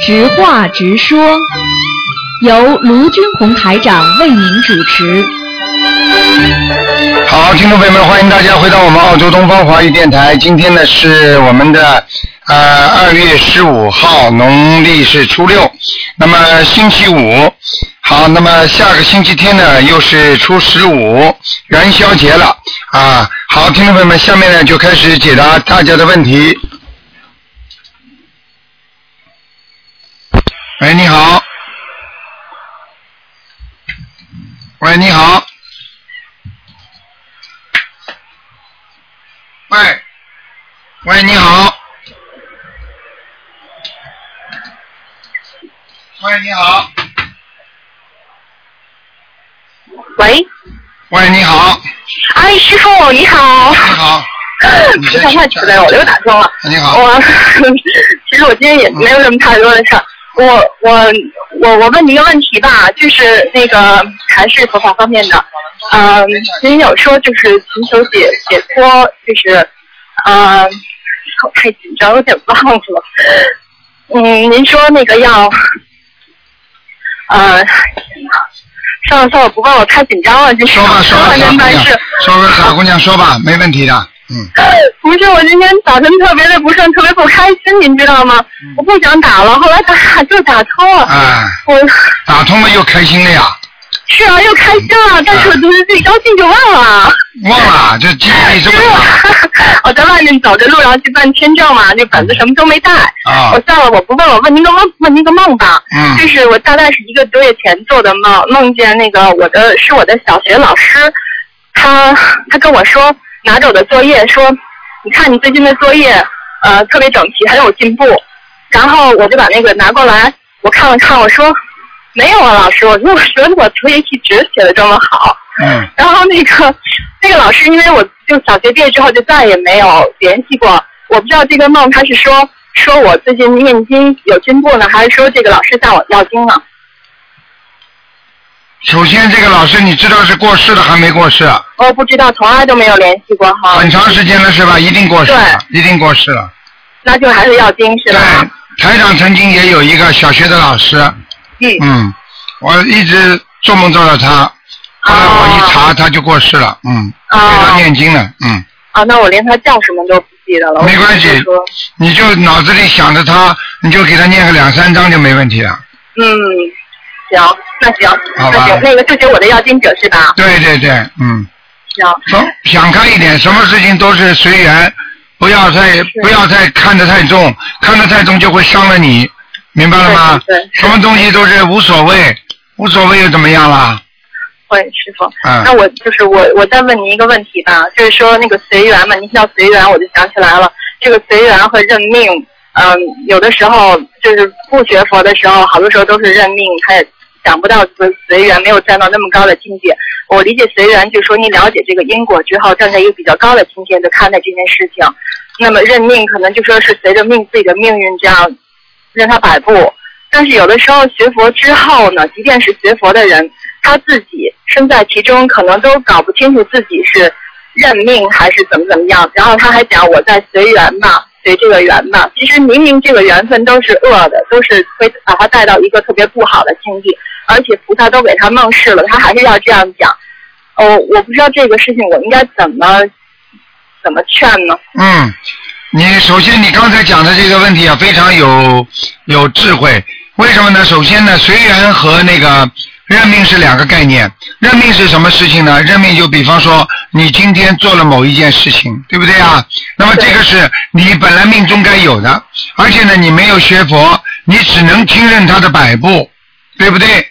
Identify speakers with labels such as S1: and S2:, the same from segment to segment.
S1: 直话直说，由卢军红台长为您主持。
S2: 好，听众朋友们，欢迎大家回到我们澳洲东方华语电台。今天呢是我们的呃二月十五号，农历是初六，那么星期五。好，那么下个星期天呢又是初十五，元宵节了啊。好，听众朋友们，下面呢就开始解答大家的问题。喂，你好。喂，你好。喂，喂，你好。喂，你好。
S3: 喂，
S2: 喂，你好，
S3: 哎，师傅你好，
S2: 你好，你
S3: 非
S2: 先
S3: 常快起来，我又打通了。
S2: 你好。
S3: 我 其实我今天也没有什么太多的事儿，
S2: 嗯
S3: 我我我我问您一个问题吧，就是那个还是佛法方面的，
S2: 啊
S3: 嗯、您有说就是寻求解解脱，就是嗯、呃我太紧张，有点忘了。嗯，您说那个要，呃，算了算了，不问了，太紧张了，就是
S2: 说吧，说吧，
S3: 半
S2: 小姑
S3: 天半
S2: 娘
S3: 事。，
S2: 说吧，小姑娘，说吧，没问题的，嗯，
S3: 不是，我今天早晨特别的不顺，特别不开心，您知道吗？我不想打了，后来打就打通了。
S2: 哎，
S3: 我
S2: 打通了又开心了呀，
S3: 是啊，又开心了，但是我就是自己高兴就忘了。
S2: 忘了，这记忆力这
S3: 因
S2: 么差
S3: 为我我在外面走着路，然后去办签证嘛，那本子什么都没带。
S2: 啊
S3: 我，算了，我不问了，我问您个梦，问您个梦吧。
S2: 嗯
S3: 就是我大概是一个多月前做的梦，梦见那个我的是我的小学老师，他他跟我说拿着我的作业说，你看你最近的作业呃特别整齐，很有进步。然后我就把那个拿过来，我看了看，我说没有啊，老师，我说我觉得我作业一直写的这么好。
S2: 嗯，
S3: 然后那个 那个老师，因为我就小学毕业之后就再也没有联系过，我不知道这个梦他是说说我最近念经有进步呢，还是说这个老师向我要经呢？
S2: 首先这个老师你知道是过世了还没过世？
S3: 我不知道，从来都没有联系过哈
S2: 很，长时间了是吧？一定过世了，一定过世了。
S3: 那就还是要经是
S2: 对
S3: 吧？，
S2: 台长曾经也有一个小学的老师，
S3: 嗯，哦
S2: 嗯，我一直做梦做到他，后来嗯啊我一查他就过世了，嗯，给他
S3: 嗯啊
S2: 念经了，嗯。
S3: 啊，那我连他叫什么都不记得了。
S2: 没关系
S3: 我就说
S2: 你就脑子里想着他，你就给他念个两三章就没问题了。
S3: 嗯，行，那行，
S2: 好
S3: 那
S2: 吧
S3: 行，那个就是我的要经者是吧？
S2: 对对对，嗯，
S3: 行，
S2: 说想开一点，什么事情都是随缘，不要太不要太看得太重，看得太重就会伤了你，明白了吗？
S3: 对对对
S2: 什么东西都是无所谓，无所谓又怎么样啦？
S3: 会师傅。那
S2: 嗯，
S3: 我就是我，我再问您一个问题吧，就是说那个随缘嘛，您提到随缘，我就想起来了，这个随缘和认命，嗯、有的时候就是不学佛的时候，好多时候都是认命，他也想不到随随缘，没有站到那么高的境界。我理解随缘，就是说你了解这个因果之后，站在一个比较高的境界的看待这件事情。那么认命可能就说是随着命自己的命运这样任他摆布，但是有的时候学佛之后呢，即便是学佛的人，他自己身在其中，可能都搞不清楚自己是认命还是怎么怎么样。然后他还讲我在随缘吧，随这个缘吧。其实明明这个缘分都是恶的，都是会把他带到一个特别不好的境地，而且菩萨都给他梦示了，他还是要这样讲。哦，我不知道这个事情我应该怎么怎么劝呢？
S2: 嗯，你首先你刚才讲的这个问题啊，非常有有智慧。为什么呢？首先呢，随缘和那个认命是两个概念。认命是什么事情呢？认命就比方说，你今天做了某一件事情，对不对啊？那么这个是你本来命中该有的，而且呢，你没有学佛，你只能听任他的摆布，对不对？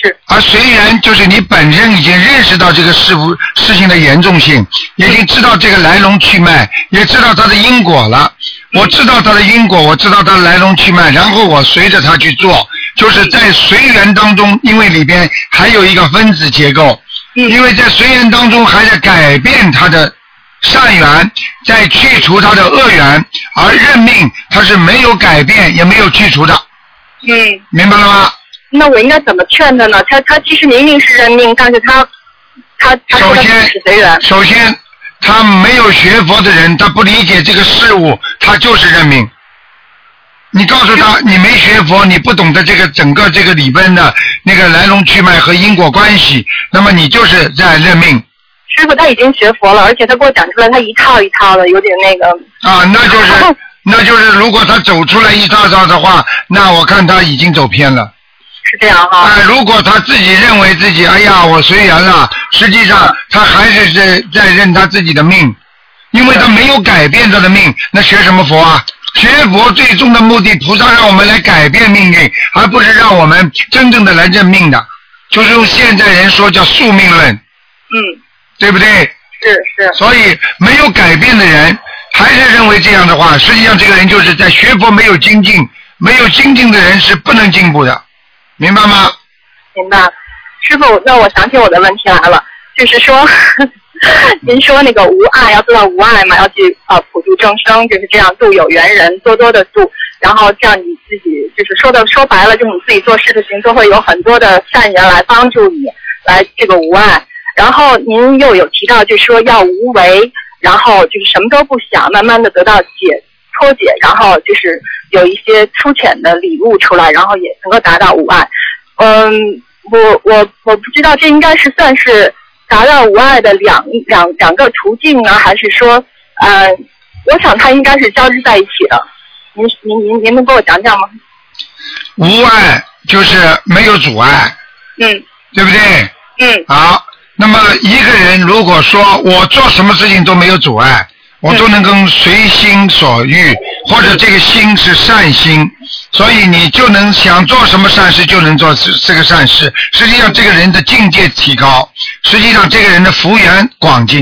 S3: 是
S2: 而随缘就是你本身已经认识到这个事物事情的严重性，已经知道这个来龙去脉，也知道它的因果了。我知道它的因果，我知道它的来龙去脉，然后我随着它去做，就是在随缘当中，因为里边还有一个分子结构，
S3: 嗯
S2: 因为在随缘当中还在改变它的善缘，在去除它的恶缘，而认命它是没有改变也没有去除的，
S3: 嗯。
S2: 明白了吗？
S3: 那我应该怎么劝他呢？他他其实明明是认命，但是他他他说的是随缘。
S2: 首先，他没有学佛的人，他不理解这个事物，他就是认命。你告诉他，你没学佛，你不懂得这个整个这个里边的那个来龙去脉和因果关系，那么你就是在认命
S3: 师傅他已经学佛了，而且他给我讲出来，他一套一套的，有点那个。
S2: 啊，那就是
S3: 然后
S2: 那就是如果他走出来一大招的话，那我看他已经走偏了。
S3: 是这样哈、
S2: 啊、如果他自己认为自己哎呀我随缘了，实际上他还是在在认他自己的命，因为他没有改变他的命，那学什么佛啊？学佛最终的目的，菩萨让我们来改变命运，而不是让我们真正的来认命的，就是用现在人说叫宿命论，
S3: 嗯，
S2: 对不对？
S3: 是是，
S2: 所以没有改变的人，还是认为这样的话，实际上这个人就是在学佛没有精进，没有精进的人是不能进步的，明白吗？
S3: 明白。师傅，那我想起我的问题来了，就是说， 您说那个无爱要做到无爱嘛，要去呃普度众生，就是这样度有缘人，多多的度，然后这样你自己就是说的说白了，就是你自己做事的行都会有很多的善人来帮助你，来这个无爱。然后您又有提到，就是说要无为，然后就是什么都不想，慢慢的得到解脱解，然后就是有一些粗浅的礼物出来，然后也能够达到无爱。嗯，我我我不知道这应该是算是达到无爱的两两两个途径呢，还是说，呃，我想它应该是交织在一起的。您您您您能给我讲讲吗？
S2: 无碍就是没有阻碍，
S3: 嗯
S2: 对不对？
S3: 嗯
S2: 好，那么一个人如果说我做什么事情都没有阻碍，我都能够随心所欲，或者这个心是善心，所以你就能想做什么善事就能做这这个善事。实际上，这个人的境界提高，实际上这个人的福缘广进，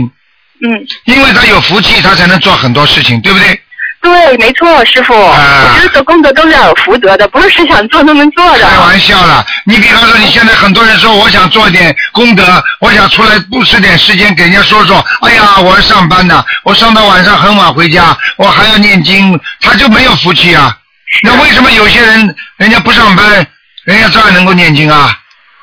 S3: 嗯，
S2: 因为他有福气，他才能做很多事情，对不对？
S3: 对，没错，师傅，
S2: 啊
S3: 我觉得做功德都是要有福德的，不是谁想做都能做的。
S2: 开玩笑了，你比方说你现在很多人说我想做点功德，我想出来布施点时间给人家说说，哎呀，我要上班呢，我上到晚上很晚回家，我还要念经，他就没有福气啊。那为什么有些人人家不上班，人家照样能够念经啊？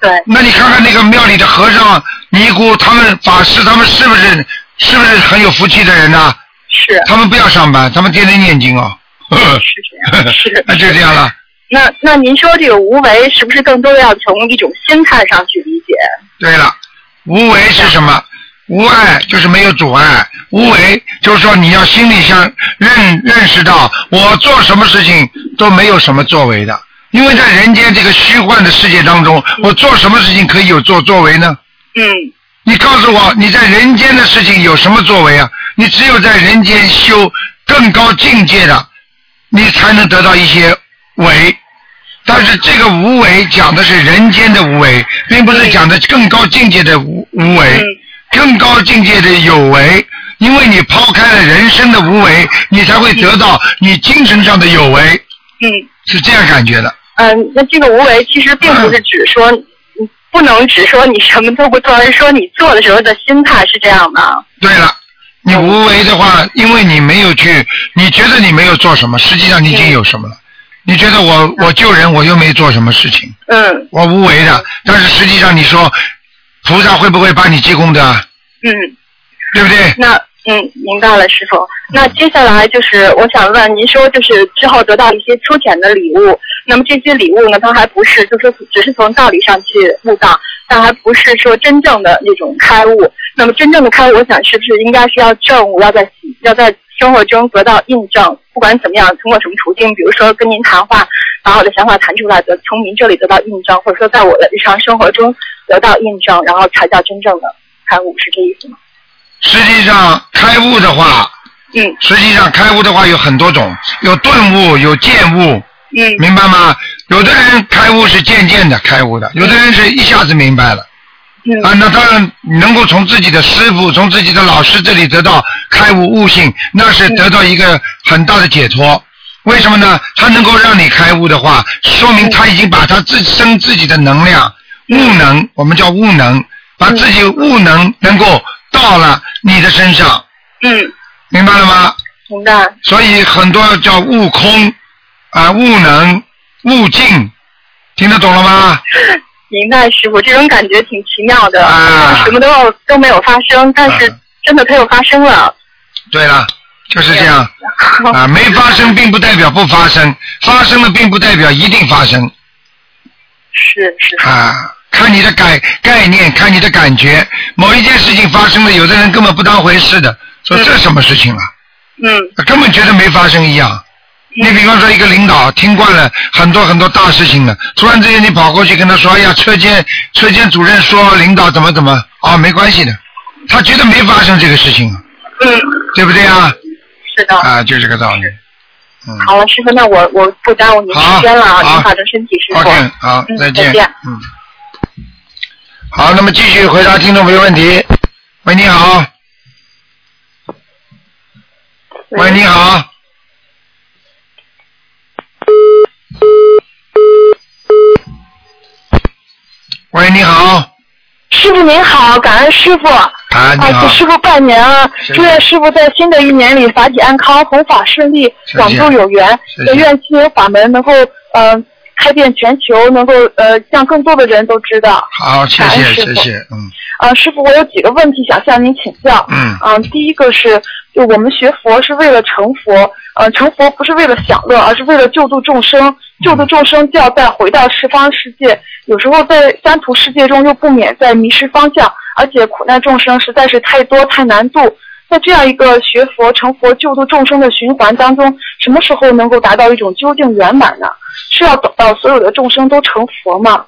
S3: 对，
S2: 那你看看那个庙里的和尚、尼姑，他们法师，他们是不是是不是很有福气的人呢、
S3: 是
S2: 他们不要上班，他们天天念经哦。
S3: 是这样，是
S2: 那就这样了。
S3: 那那您说这个无为是不是更多的要从一种心态上去理解？
S2: 对了，无为是什么？无碍就是没有阻碍，无为就是说你要心里想认认识到，我做什么事情都没有什么作为的，因为在人间这个虚幻的世界当中，我做什么事情可以有作作为呢？
S3: 嗯，
S2: 你告诉我，你在人间的事情有什么作为啊？你只有在人间修更高境界的，你才能得到一些为。但是这个无为讲的是人间的无为，并不是讲的更高境界的无无为。
S3: 嗯
S2: 更高境界的有为，因为你抛开了人生的无为，你才会得到你精神上的有为，
S3: 嗯。
S2: 是这样感觉的。
S3: 嗯，那这个无为其实并不是指说，你不能只说你什么都不做，而是说你做的时候的心态是这样的。
S2: 对了，你无为的话，因为你没有去，你觉得你没有做什么，实际上你已经有什么了。你觉得我我救人，我又没做什么事情，
S3: 嗯
S2: 我无为的。但是实际上你说，菩萨会不会帮你积功德啊？
S3: 嗯，
S2: 对不对？
S3: 那嗯明白了，师傅。那接下来就是我想问您说，就是之后得到一些粗浅的礼物，那么这些礼物呢，它还不是就是只是从道理上去悟道，但还不是说真正的那种开悟。那么真正的开悟，我想是不是应该是要正悟，要在要在生活中得到印证，不管怎么样，通过什么途径，比如说跟您谈话，把我的想法谈出来，得从您这里得到印证，或者说在我的日常生活中得到印证，然后才叫真正的开悟，是这意思吗？
S2: 实际上开悟的话，
S3: 嗯
S2: 实际上开悟的话有很多种，有顿悟，有见悟，
S3: 嗯
S2: 明白吗？有的人开悟是渐渐的开悟的，有的人是一下子明白了。
S3: 嗯
S2: 啊，那当然能够从自己的师傅、从自己的老师这里得到开悟悟性，那是得到一个很大的解脱。为什么呢？他能够让你开悟的话，说明他已经把他自身自己的能量、悟能，我们叫悟能，把自己悟能能够到了你的身上，
S3: 嗯，
S2: 明白了吗？
S3: 明白。
S2: 所以很多叫悟空啊、悟能、悟净，听得懂了吗？
S3: 明白，师傅，这种感觉挺奇妙的，
S2: 啊
S3: 什么都都没有发生，但是
S2: 啊
S3: 真的它又发生了。
S2: 对了，就是这样啊，没发生并不代表不发生，发生了并不代表一定发生
S4: 是是
S2: 啊。看你的概概念，看你的感觉，某一件事情发生了，有的人根本不当回事的，说这什么事情啊，
S4: 嗯
S2: 根本觉得没发生一样。你比方说一个领导听惯了很多很多大事情了，突然之间你跑过去跟他说：“哎呀，车间车间主任说领导怎么怎么啊、没关系的。”他觉得没发生这个事情，
S4: 嗯，
S2: 对不对啊？
S4: 是的。
S2: 啊，就这个道理。嗯
S4: 好了，师傅，那我我不耽误您时间了啊，
S2: 好好
S4: 您保重身体，师傅。
S2: ，OK，好，
S4: 嗯
S2: 再
S4: 再
S2: 见
S4: 见。
S2: 嗯。好，那么继续回答听众朋友问题。喂，你好。喂，你好。喂，你好。
S3: 师傅您好，感恩师傅，啊，
S2: 啊，你好
S3: 给。师傅拜年啊！
S2: 谢谢
S3: 祝愿师傅在新的一年里法体安康，弘法顺利，
S2: 谢谢
S3: 广度有缘
S2: 谢谢，
S3: 也愿亲友法门能够呃开遍全球，能够呃让更多的人都知道。
S2: 好，谢
S3: 感
S2: 谢，
S3: 恩师
S2: 谢
S3: 傅
S2: 谢，嗯
S3: 啊，师傅，我有几个问题想向您请教。
S2: 嗯
S3: 嗯、第一个是，就我们学佛是为了成佛，呃，成佛不是为了享乐，而是为了救度众生。救度众生就要再回到十方世界，有时候在三途世界中又不免在迷失方向，而且苦难众生实在是太多太难度。在这样一个学佛、成佛、救度众生的循环当中，什么时候能够达到一种究竟圆满呢？是要等到所有的众生都成佛吗？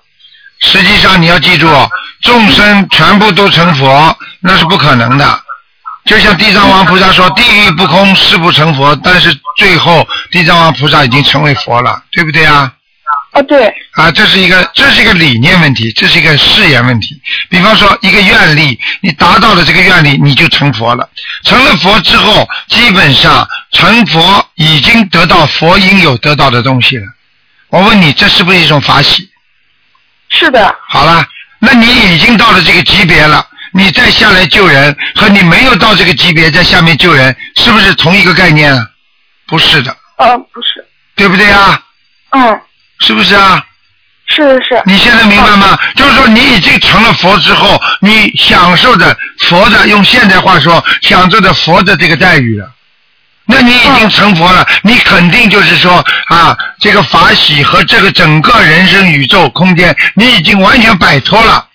S2: 实际上你要记住，众生全部都成佛，那是不可能的。就像地藏王菩萨说：“地狱不空，誓不成佛。”但是最后，地藏王菩萨已经成为佛了，对不对啊？
S3: 啊，对，
S2: 啊，这是一个，这是一个理念问题，这是一个誓言问题。比方说，一个愿力，你达到了这个愿力，你就成佛了。成了佛之后，基本上成佛已经得到佛应有得到的东西了。我问你，这是不是一种法喜？
S3: 是的，
S2: 好了，那你已经到了这个级别了，你再下来救人和你没有到这个级别在下面救人，是不是同一个概念啊？不是的，
S3: 呃，不是，
S2: 对不对啊？
S3: 嗯。
S2: 是不是啊？
S3: 是是是，
S2: 你现在明白吗？就是说你已经成了佛之后，你享受着佛的，用现代话说，享受着佛的这个待遇了。那你已经成佛了，你肯定就是说啊，这个法喜和这个整个人生宇宙空间，你已经完全摆脱了。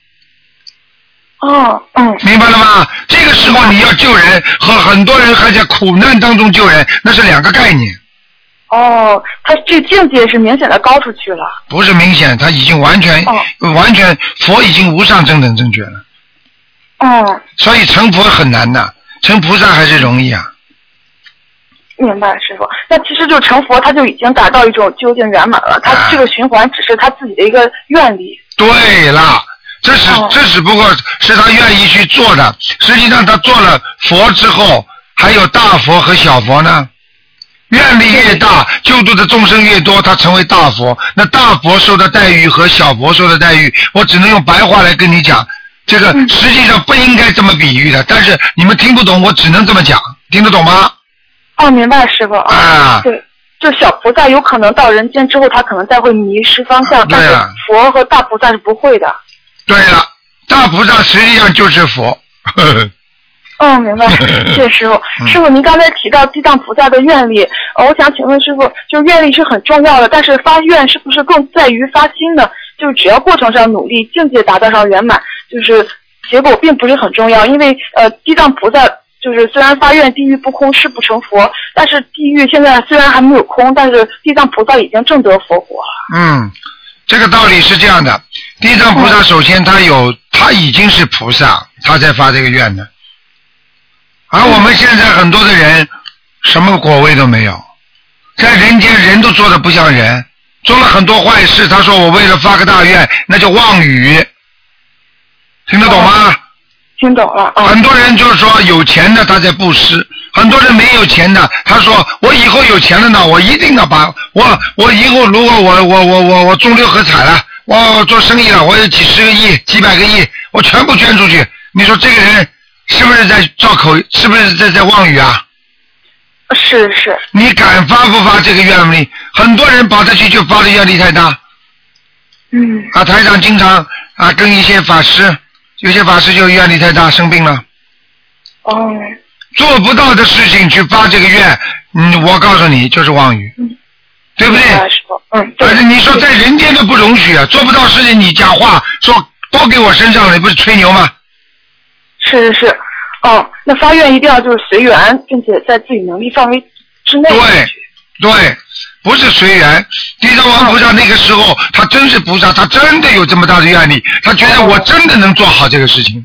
S3: 哦，嗯，
S2: 明白了吗？这个时候你要救人，和很多人还在苦难当中救人，那是两个概念，
S3: 哦，他这境界是明显的高出去了。
S2: 不是明显，他已经完全、
S3: 哦
S2: 完全佛已经无上正等正觉了，
S3: 嗯，
S2: 所以成佛很难呐，成菩萨还是容易啊。
S3: 明白，师傅。那其实就成佛，他就已经达到一种究竟圆满了。
S2: 啊
S3: 他这个循环只是他自己的一个愿力。
S2: 对啦，这是、
S3: 哦
S2: 这只不过是他愿意去做的，实际上他做了佛之后，还有大佛和小佛呢。愿力越大，救度的众生越多，他成为大佛。那大佛受的待遇和小佛受的待遇，我只能用白话来跟你讲，这个
S3: 嗯
S2: 实际上不应该这么比喻的，但是你们听不懂，我只能这么讲，听得懂吗？
S3: 哦，明白，师傅。啊、
S2: 啊，
S3: 对，就小菩萨有可能到人间之后，他可能再会迷失方向，
S2: 啊对
S3: 但是
S2: 啊
S3: 佛和大菩萨是不会的。
S2: 对了，大菩萨实际上就是佛。呵呵
S3: 嗯，明白，谢谢师
S2: 嗯
S3: 傅。师傅，您刚才提到地藏菩萨的愿力，呃，我想请问师傅，就愿力是很重要的，但是发愿是不是更在于发心呢？就是只要过程上努力，境界达到上圆满，就是结果并不是很重要，因为呃，地藏菩萨就是虽然发愿地狱不空，誓不成佛，但是地狱现在虽然还没有空，但是地藏菩萨已经证得佛果了。
S2: 嗯，这个道理是这样的，地藏菩萨首先他有，他已经是菩萨，他才发这个愿的。而我们现在很多的人，什么果位都没有，在人间人都做的不像人，做了很多坏事。他说我为了发个大愿，那叫妄语，听得懂吗？
S3: 听懂了啊？
S2: 很多人就是说有钱的他在布施，很多人没有钱的，他说我以后有钱了呢，我一定要把我我以后如果我我我我我中六合彩了，我做生意了，我有几十个亿、几百个亿，我全部捐出去。你说这个人是不是在造口？是不是在在妄语啊？
S3: 是是，
S2: 你敢发不发这个愿力？很多人跑他去就发的愿力太大
S3: 嗯，
S2: 啊！台长经常啊跟一些法师，有些法师就愿力太大生病了。
S3: 哦，
S2: 做不到的事情去发这个愿，嗯，我告诉你就是妄语，对不对？
S3: 啊师傅，嗯，对
S2: 而且你说在人间都不容许啊，做不到事情你讲话说包给我身上了，你不是吹牛吗？
S3: 是是是，哦，那发愿一定要就是随缘，并且在自己能力范围之内。
S2: 对，对，不是随缘。地藏王菩萨那个时
S3: 嗯
S2: 候，他真是菩萨，他真的有这么大的愿力，他觉得我真的能做好这个事情，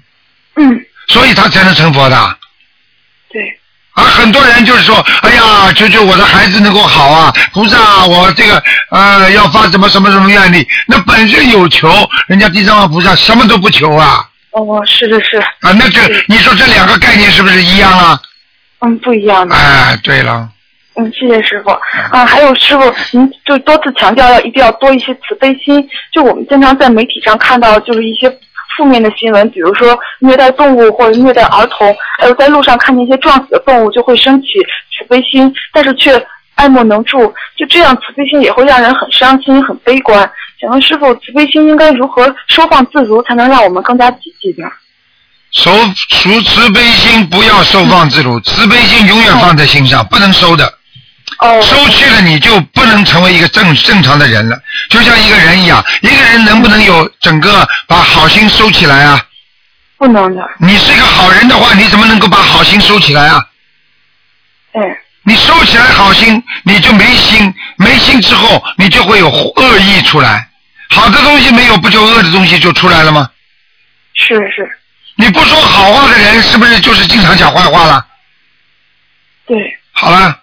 S3: 嗯，
S2: 所以他才能成佛的。
S3: 对，
S2: 而啊很多人就是说，哎呀，求求我的孩子能够好啊，菩萨，我这个呃要发什么什么什么愿力，那本身有求，人家地藏王菩萨什么都不求啊
S3: 哦，是是是，
S2: 啊，那这你说这两个概念是不是一样啊？
S3: 嗯，不一样的。
S2: 哎，对了，
S3: 嗯，谢谢师傅。啊，还有师傅，您就多次强调要一定要多一些慈悲心。就我们经常在媒体上看到，就是一些负面的新闻，比如说虐待动物或者虐待儿童，还有在路上看见一些撞死的动物，就会升起慈悲心，但是却爱莫能助。就这样，慈悲心也会让人很伤心、很悲观。请问师傅，慈悲心应该如何收放自如，才能让我们更加积极呢？
S2: 收除慈悲心，不要收放自如，慈悲心永远放在心上，不能收的。
S3: 哦，
S2: 收去了，你就不能成为一个正正常的人了，就像一个人一样，一个人能不能有整个把好心收起来啊？
S3: 不能的，
S2: 你是一个好人的话，你怎么能够把好心收起来啊？
S3: 哎，
S2: 你收起来好心，你就没心，没心之后，你就会有恶意出来。好的东西没有，不就恶的东西就出来了吗？
S3: 是是，
S2: 你不说好话的人，是不是就是经常讲坏话了？
S3: 对。
S2: 好了，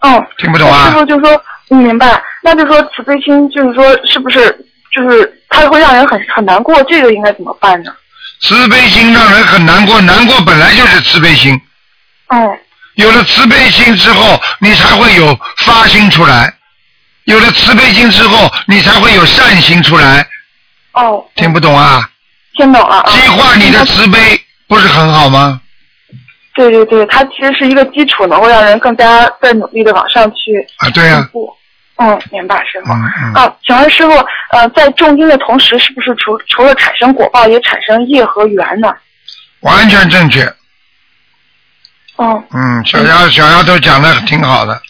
S3: 嗯，
S2: 听不懂啊
S3: 师傅就说，你明白，那就说慈悲心，就是说是不是就是它会让人很很难过，这个应该怎么办呢？
S2: 慈悲心让人很难过，难过本来就是慈悲心。
S3: 嗯，
S2: 有了慈悲心之后，你才会有发心出来；有了慈悲心之后，你才会有善行出来。
S3: 哦，
S2: 听不懂啊？
S3: 听懂了啊。
S2: 激化你的慈悲，不是很好吗？
S3: 对对对，它其实是一个基础，能够让人更加再努力的往上去
S2: 啊，对
S3: 进
S2: 呀、
S3: 步。嗯，明白师傅。
S2: 嗯嗯。
S3: 啊，请问师傅，呃，在种因的同时，是不是除除了产生果报，也产生业和缘呢？
S2: 完全正确。
S3: 嗯，
S2: 嗯，小丫小丫头讲的挺好的，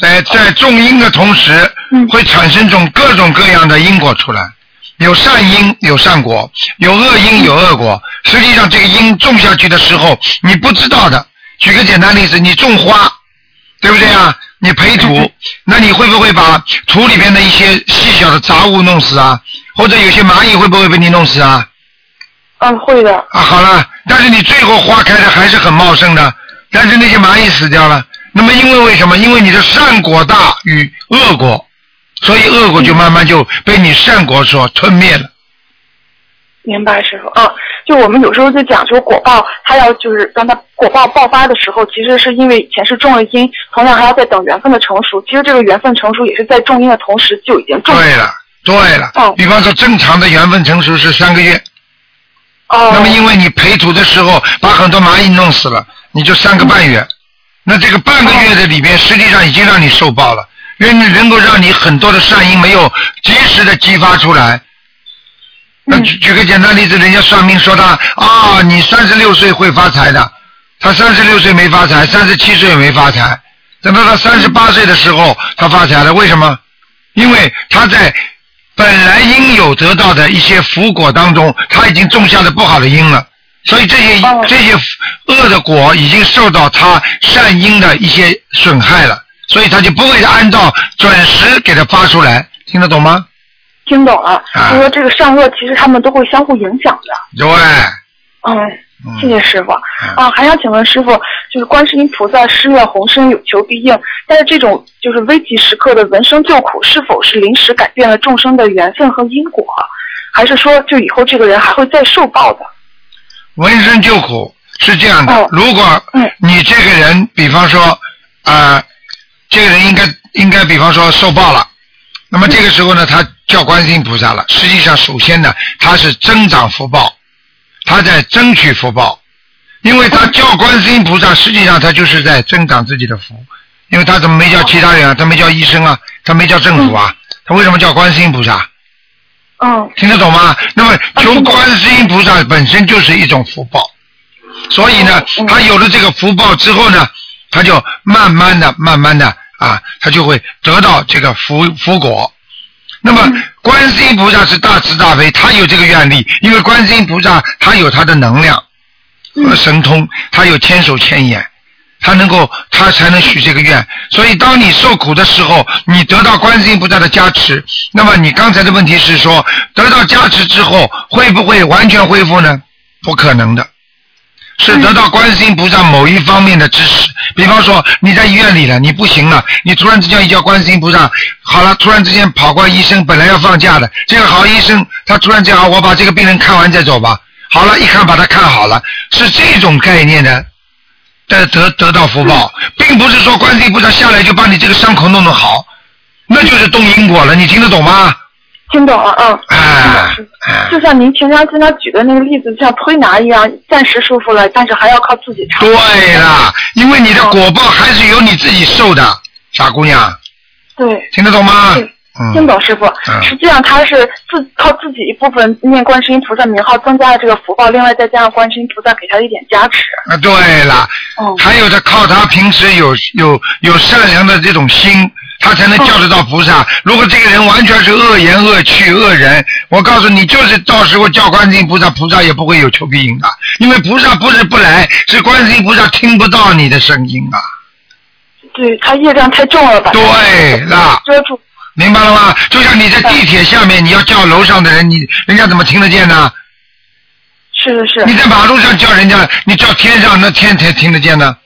S2: 在在种因的同时
S3: 嗯，
S2: 会产生种各种各样的因果出来，有善因有善果，有恶因有恶果。实际上，这个因种下去的时候，你不知道的。举个简单例子，你种花，对不对啊？你培土，那你会不会把土里边的一些细小的杂物弄死啊？或者有些蚂蚁会不会被你弄死啊？
S3: 嗯，会的。
S2: 啊，好了，但是你最后花开的还是很茂盛的，但是那些蚂蚁死掉了。那么因为为什么？因为你的善果大于恶果，所以恶果就慢慢就被你善果所吞灭了。
S3: 明白，师傅啊，就我们有时候就讲究果报，它要就是让它果报爆发的时候，其实是因为以前是种了因，同样还要再等缘分的成熟。其实这个缘分成熟也是在种因的同时就已经种
S2: 对了，对了
S3: 嗯哦，
S2: 比方说正常的缘分成熟是三个月，
S3: 哦，
S2: 那么因为你培土的时候把很多蚂蚁弄死了，你就三个半月。那这个半个月的里边，实际上已经让你受报了，因为能够让你很多的善因没有及时的激发出来。那举举个简单例子，人家算命说他啊，你三十六岁会发财的，他三十六岁没发财，三十七岁没发财，等到他三十八岁的时候，他发财了，为什么？因为他在本来应有得到的一些福果当中，他已经种下了不好的因了，所以这些
S3: 哦
S2: 这些恶的果已经受到他善因的一些损害了，所以他就不会按照准时给他发出来，听得懂吗？
S3: 听懂了，
S2: 啊
S3: 就说这个善恶其实他们都会相互影响的。
S2: 对，
S3: 嗯，
S2: 嗯
S3: 谢谢师傅啊，还想请问师傅，就是观世音菩萨施愿宏深，有求必应，但是这种就是危急时刻的闻声救苦，是否是临时改变了众生的缘分和因果，还是说就以后这个人还会再受报的？
S2: 闻声救苦是这样的，
S3: 哦
S2: 如果
S3: 嗯
S2: 你这个人，比方说啊、呃这个人应该应该，比方说受报了，那
S3: 嗯
S2: 么这个时候呢，他叫观世音菩萨了。实际上，首先呢，他是增长福报，他在争取福报，因为
S3: 哦
S2: 他叫观世音菩萨，实际上他就是在增长自己的福，因为他怎么没叫其他人啊？他没叫医生啊，他没叫政府啊，他为什么叫观世音菩萨？
S3: 嗯
S2: 听得懂吗？那么求观世音菩萨本身就是一种福报，所以呢，他有了这个福报之后呢，他就慢慢的、慢慢的啊，他就会得到这个福福果。那么，观世音菩萨是大慈大悲，他有这个愿力，因为观世音菩萨他有他的能量和神通，他有千手千眼，他能够他才能许这个愿。所以，当你受苦的时候，你得到观世音菩萨的加持，那么你刚才的问题是说，得到加持之后会不会完全恢复呢？不可能的，是得到观世音菩萨某一方面的支持。比方说你在医院里了，你不行了，你突然之间一叫观世音菩萨，好了，突然之间跑过来医生，本来要放假的，这个好医生他突然间好，我把这个病人看完再走吧。好了，一看把他看好了，是这种概念的，得得得到福报，
S3: 嗯
S2: 并不是说观世音菩萨下来就把你这个伤口弄弄好，那就是动因果了，你听得懂吗？
S3: 听懂了，嗯。
S2: 哎哎，
S3: 就像您平常经常举的那个例子，像推拿一样，暂时舒服了，但是还要靠自己尝。
S2: 对啦，因为你
S3: 嗯
S2: 的果报还是由你自己受的，傻姑娘，
S3: 对，
S2: 听得懂吗
S3: 对？听
S2: 嗯，
S3: 懂师傅。
S2: 嗯
S3: 实际上他是自靠自己一部分念观世音菩萨名号增加了这个福报，另外再加上观世音菩萨给他一点加持。
S2: 啊，对啦，
S3: 嗯，
S2: 还有的靠他平时有有有善良的这种心，他才能
S3: 哦
S2: 叫得到菩萨。如果这个人完全是恶言恶趣恶人，我告诉你，就是到时候叫观世音菩萨，菩萨也不会有求必应的，因为菩萨不是不来，是观世音菩萨听不到你的声音啊。
S3: 对他业障太重了吧？
S2: 对啦，
S3: 遮住。
S2: 明白了吗？就像你在地铁下面，你要叫楼上的人，你人家怎么听得见呢？
S3: 是是
S2: 你
S3: 是，
S2: 在马路上叫人家，你叫天上那天才听得见呢。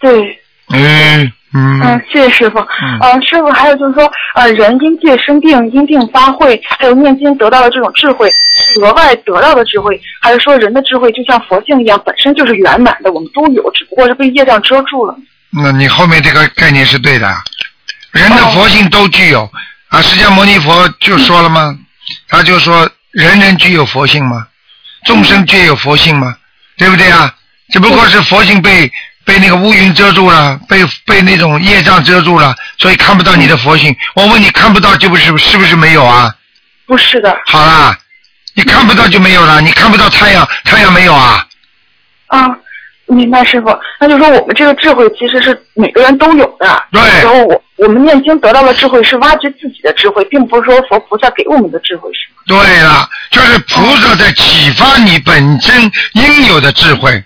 S3: 对。
S2: 嗯
S3: 嗯
S2: 嗯，，
S3: 谢谢师傅。
S2: 嗯
S3: 呃，师傅，还有就是说，呃，人因借生病、因病发慧，还有念经得到的这种智慧，是额外得到的智慧，还是说人的智慧就像佛性一样，本身就是圆满的，我们都有，只不过是被业障遮住了。
S2: 那你后面这个概念是对的，人的
S3: 哦
S2: 佛性都具有啊。释迦牟尼佛就说了吗？他就说人人具有佛性吗？众生皆有佛性吗？对不对啊？只不过是佛性被被那个乌云遮住了，被被那种业障遮住了，所以看不到你的佛性。我问你，看不到就不是是不是没有啊？
S3: 不是的，
S2: 好啦，你看不到就没有了，你看不到太阳，太阳没有啊？
S3: 啊，明白师傅。那就说我们这个智慧其实是每个人都有的。
S2: 对
S3: 然后我我们念经得到的智慧是挖掘自己的智慧，并不是说佛菩萨给我们的智慧，是吗？
S2: 对了，就是菩萨在启发你本身应有的智慧，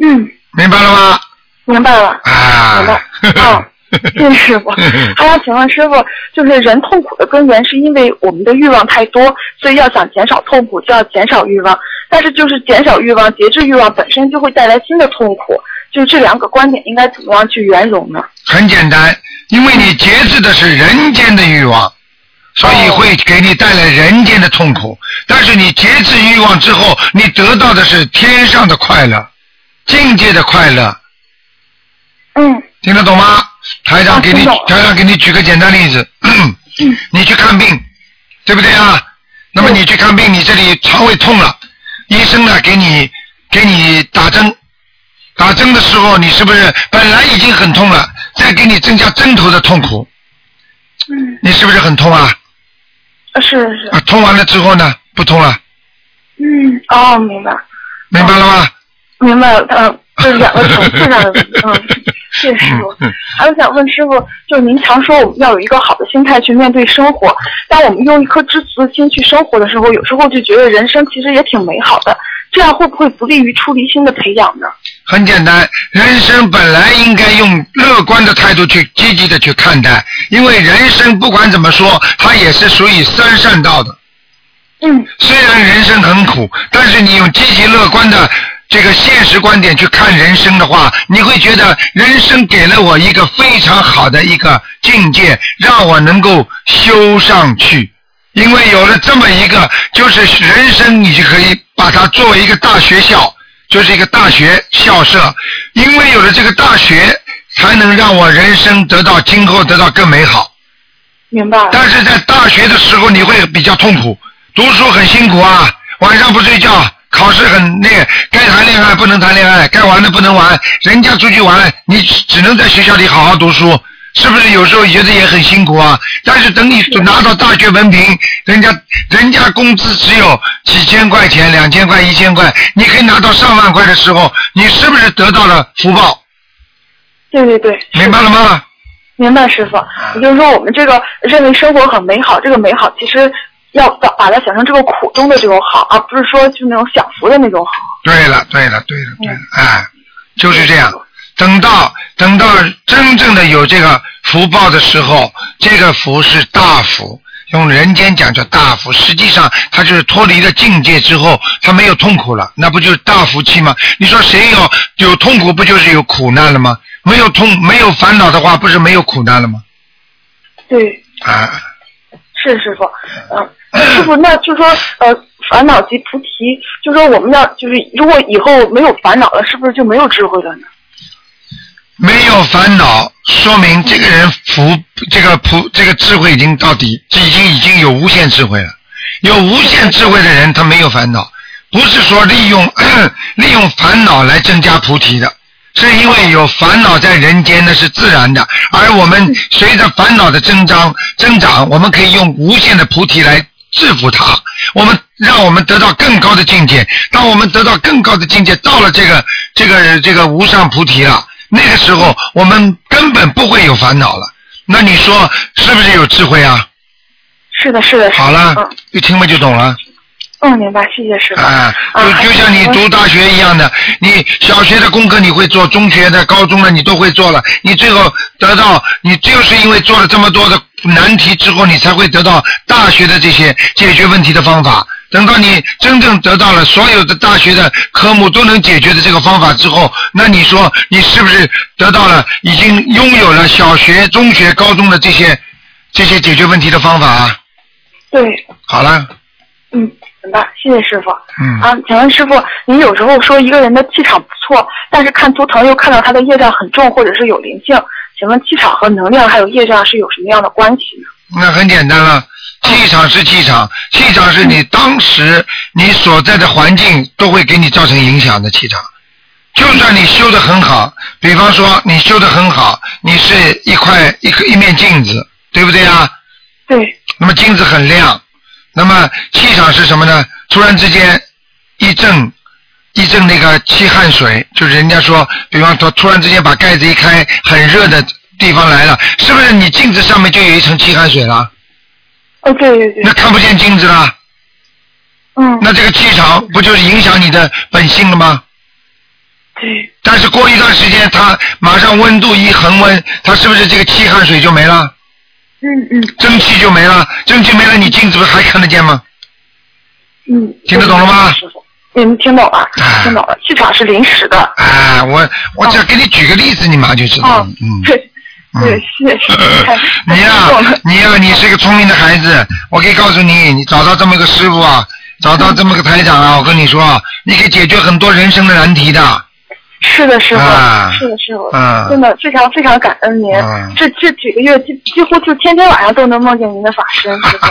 S3: 嗯，
S2: 明白了吗？
S3: 明白了。
S2: 啊，
S3: 明 白哦谢谢师傅。还想请问师傅，就是人痛苦的根源是因为我们的欲望太多，所以要想减少痛苦，就要减少欲望。但是就是减少欲望、节制欲望本身就会带来新的痛苦，就是这两个观点应该怎么样去圆融呢？
S2: 很简单，因为你节制的是人间的欲望，所以会给你带来人间的痛苦。但是你节制欲望之后，你得到的是天上的快乐，境界的快乐。
S3: 嗯，
S2: 听得懂吗？台长
S3: 啊
S2: 给你，
S3: 听懂嗯
S2: 台长给你举个简单例子，你去看病，对不对啊？那么你去看病，你这里肠胃痛了，医生呢给你给你打针，打针的时候你是不是本来已经很痛了，再给你增加针头的痛苦，
S3: 嗯，
S2: 你是不是很痛啊？
S3: 呃是是，
S2: 啊，痛完了之后呢，不痛了，
S3: 嗯，哦，明白，
S2: 明白了吗？
S3: 明白了，嗯，就是两个层次 上的问题，嗯，谢谢师傅。
S2: 嗯
S3: 还有想问师傅，就是您常说我们要有一个好的心态去面对生活，当我们用一颗知足的心去生活的时候，有时候就觉得人生其实也挺美好的，这样会不会不利于出离心的培养呢？
S2: 很简单，人生本来应该用乐观的态度去积极的去看待，因为人生不管怎么说，它也是属于三善道的。
S3: 嗯
S2: 虽然人生很苦，但是你用积极乐观的这个现实观点去看人生的话，你会觉得人生给了我一个非常好的一个境界，让我能够修上去。因为有了这么一个，就是人生，你就可以把它作为一个大学校，就是一个大学校舍。因为有了这个大学，才能让我人生得到今后得到更美好。
S3: 明白了。
S2: 但是在大学的时候你会比较痛苦，读书很辛苦啊，晚上不睡觉，考试很那个，该谈恋爱不能谈恋爱，该玩的不能玩，人家出去玩，你只只能在学校里好好读书，是不是有时候觉得也很辛苦啊？但是等你拿到大学文凭，人家人家工资只有几千块钱、两千块、一千块，你可以拿到上万块的时候，你是不是得到了福报？
S3: 对对对，
S2: 明白了吗？
S3: 明白师傅，
S2: 嗯
S3: 也就是说我们这个认为生活很美好，这个美好其实要把把它想成这个苦中的这种好，而不是说就是那种享福的那种好。
S2: 对了，对了，对了，对了，哎，就是这样。等到等到真正的有这个福报的时候，这个福是大福，用人间讲叫大福，实际上他就是脱离了境界之后，他没有痛苦了，那不就是大福气吗？你说谁有有痛苦，不就是有苦难了吗？没有痛没有烦恼的话，不是没有苦难了吗？
S3: 对，
S2: 啊，
S3: 是师傅，嗯、师傅，那就说呃，烦恼即菩提，就说我们要就是如果以后没有烦恼了，是不是就没有智慧了呢？
S2: 没有烦恼，说明这个人福，这个菩，这个智慧已经到底，这已经已经有无限智慧了。有无限智慧的人，他没有烦恼，不是说利用 利用烦恼来增加菩提的，是因为有烦恼在人间那是自然的，而我们随着烦恼的增长增长，我们可以用无限的菩提来制服它，我们让我们得到更高的境界。当我们得到更高的境界，到了这个这个这个无上菩提了，那个时候我们根本不会有烦恼了。那你说是不是有智慧啊？
S3: 是的，是的，是的
S2: 好了
S3: 嗯，
S2: 一听嘛就懂了。
S3: 嗯，明白，谢谢师傅。
S2: 啊，就就像你读大学一样的，你小学的功课你会做，中学的、高中的你都会做了，你最后得到，你就是因为做了这么多的难题之后，你才会得到大学的这些解决问题的方法。等到你真正得到了所有的大学的科目都能解决的这个方法之后，那你说你是不是得到了已经拥有了小学、中学、高中的这些这些解决问题的方法啊？
S3: 对，
S2: 好了，
S3: 嗯，明白，谢谢师傅。
S2: 嗯。
S3: 啊，请问师傅，您有时候说一个人的气场不错，但是看图腾又看到他的业障很重，或者是有灵性，请问气场和能量还有业障是有什么样的关系呢？
S2: 那很简单了，气场是气场，气场是你当时你所在的环境都会给你造成影响的气场。就算你修得很好，比方说你修得很好，你是一块一个一面镜子，对不对啊？
S3: 对，
S2: 那么镜子很亮，那么气场是什么呢？突然之间一阵一阵那个气汗水，就是人家说，比方说突然之间把盖子一开，很热的地方来了，是不是你镜子上面就有一层气汗水了？
S3: 哦，对对对
S2: 那，看不见镜子了，
S3: 嗯，
S2: 那这个气场不就是影响你的本性了吗？
S3: 对，
S2: 但是过一段时间，它马上温度一恒温，它是不是这个气汗水就没了，
S3: 嗯嗯
S2: 蒸汽就没了，蒸汽没了，你镜子不还看得见吗？
S3: 嗯，
S2: 听得懂了吗
S3: 师傅，嗯，听懂了
S2: 哎，
S3: 听懂了，气场是临时的。
S2: 哎，我我只要给你举个例子，你马上就知道了
S3: 哦，，
S2: 嗯。
S3: 对，对，
S2: 嗯
S3: 谢谢 哎师傅，太
S2: 你呀、
S3: 太激动了
S2: 你呀、你是个聪明的孩子。我可以告诉你，你找到这么个师傅啊，找到这么个台长啊，我跟你说，你可以解决很多人生的难题的。
S3: 是的，师傅，
S2: 啊
S3: 是的，师傅，
S2: 啊
S3: 真的非常非常感恩您。
S2: 啊
S3: 这这几个月几几乎就天天晚上都能梦见您的法身，师 傅，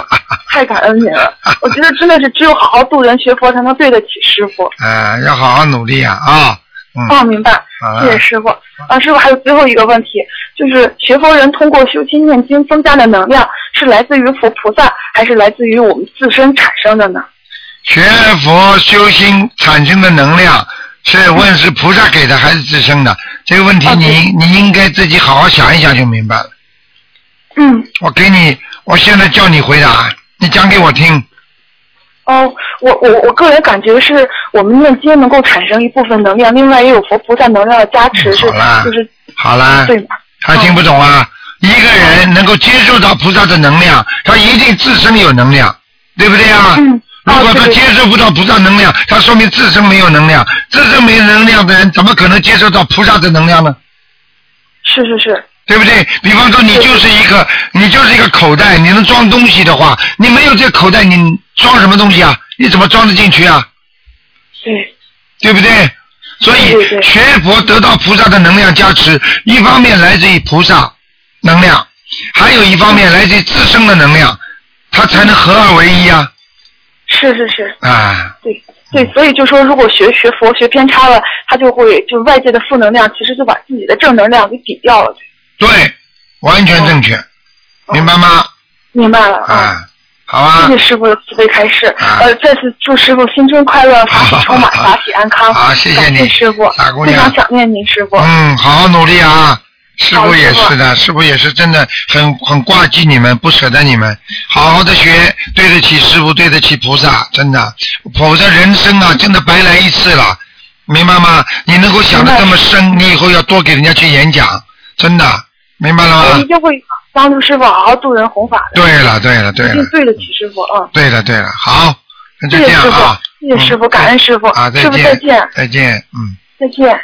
S3: 太感恩您了。我觉得真的是只有好好度人学佛，才能对得起师傅。
S2: 啊，要好好努力啊啊！嗯，
S3: 哦，明白，
S2: 啊
S3: 谢谢师傅。啊，师傅，还有最后一个问题，就是学佛人通过修心念经增加的能量，是来自于佛菩萨，还是来自于我们自身产生的呢？
S2: 学佛修心产生的能量是问是菩萨给的还是自身的？这个问题
S3: 哦
S2: 你、
S3: 对
S2: 你应该自己好好想一想就明白了。
S3: 嗯，
S2: 我给你，我现在叫你回答，你讲给我听。
S3: 哦，我我我个人感觉是我们念经能够产生一部分能量，另外也有佛菩萨能量的加持，是
S2: 嗯好啦
S3: 就是
S2: 好啦，
S3: 对哦吧？
S2: 还听不懂啊？一个人能够接受到菩萨的能量，他一定自身有能量，对不对啊？
S3: 嗯
S2: 如
S3: 哦
S2: 果
S3: 对
S2: 他
S3: 对
S2: 接受不到菩萨能量，他说明自身没有能量。自身没能量的人，怎么可能接受到菩萨的能量呢？
S3: 是是是，
S2: 对不对？比方说你就是一个你就是一个口袋，你能装东西的话，你没有这口袋，你装什么东西啊？你怎么装得进去啊？
S3: 对，
S2: 对不对？所以
S3: 对对对
S2: 学佛得到菩萨的能量加持，一方面来自于菩萨能量，还有一方面来自于自身的能量，它才能合二为一啊！
S3: 是是是，
S2: 啊，
S3: 对对，所以就说如果学学佛学偏差了，他就会就外界的负能量，其实就把自己的正能量给抵掉了。
S2: 对，完全正确，明白吗？
S3: 明白了啊。
S2: 啊，好啊
S3: 哦谢谢，师傅的慈悲开示，
S2: 啊
S3: 呃，再次祝师傅新春快乐，法喜充满，
S2: 好
S3: 法喜安康。
S2: 好谢谢你
S3: 感师傅
S2: 傻姑，
S3: 非
S2: 娘
S3: 常想念您，师傅。
S2: 嗯，好好努力啊。师
S3: 好
S2: 傅
S3: 师
S2: 也
S3: 傅
S2: 是的，师傅也是真的很很挂记你们，不舍得你们，好好的学，对得起师傅，对得起菩萨，真的，否则人生啊，真的白来一次了，明白吗？你能够想的
S3: 明白
S2: 这么深，你以后要多给人家去演讲，真的，明白了
S3: 我
S2: 吗
S3: 呃一？定会帮助师傅好好度人弘法的，
S2: 对了，对了，对
S3: 一
S2: 了
S3: 定，对得起师傅啊。
S2: 对了，对了，好，那就
S3: 谢谢
S2: 这样
S3: 师傅
S2: 啊，，
S3: 谢谢师傅，感恩师傅
S2: 啊，，再
S3: 师傅再见，
S2: 再见，嗯。
S3: 再见。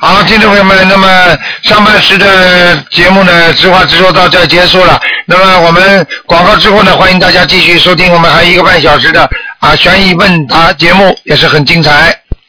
S2: 好，听众朋友们，那么上半时的节目呢，直话直说到这儿结束了。那么我们广告之后呢，欢迎大家继续收听我们还有一个半小时的啊悬疑问答节目，也是很精彩。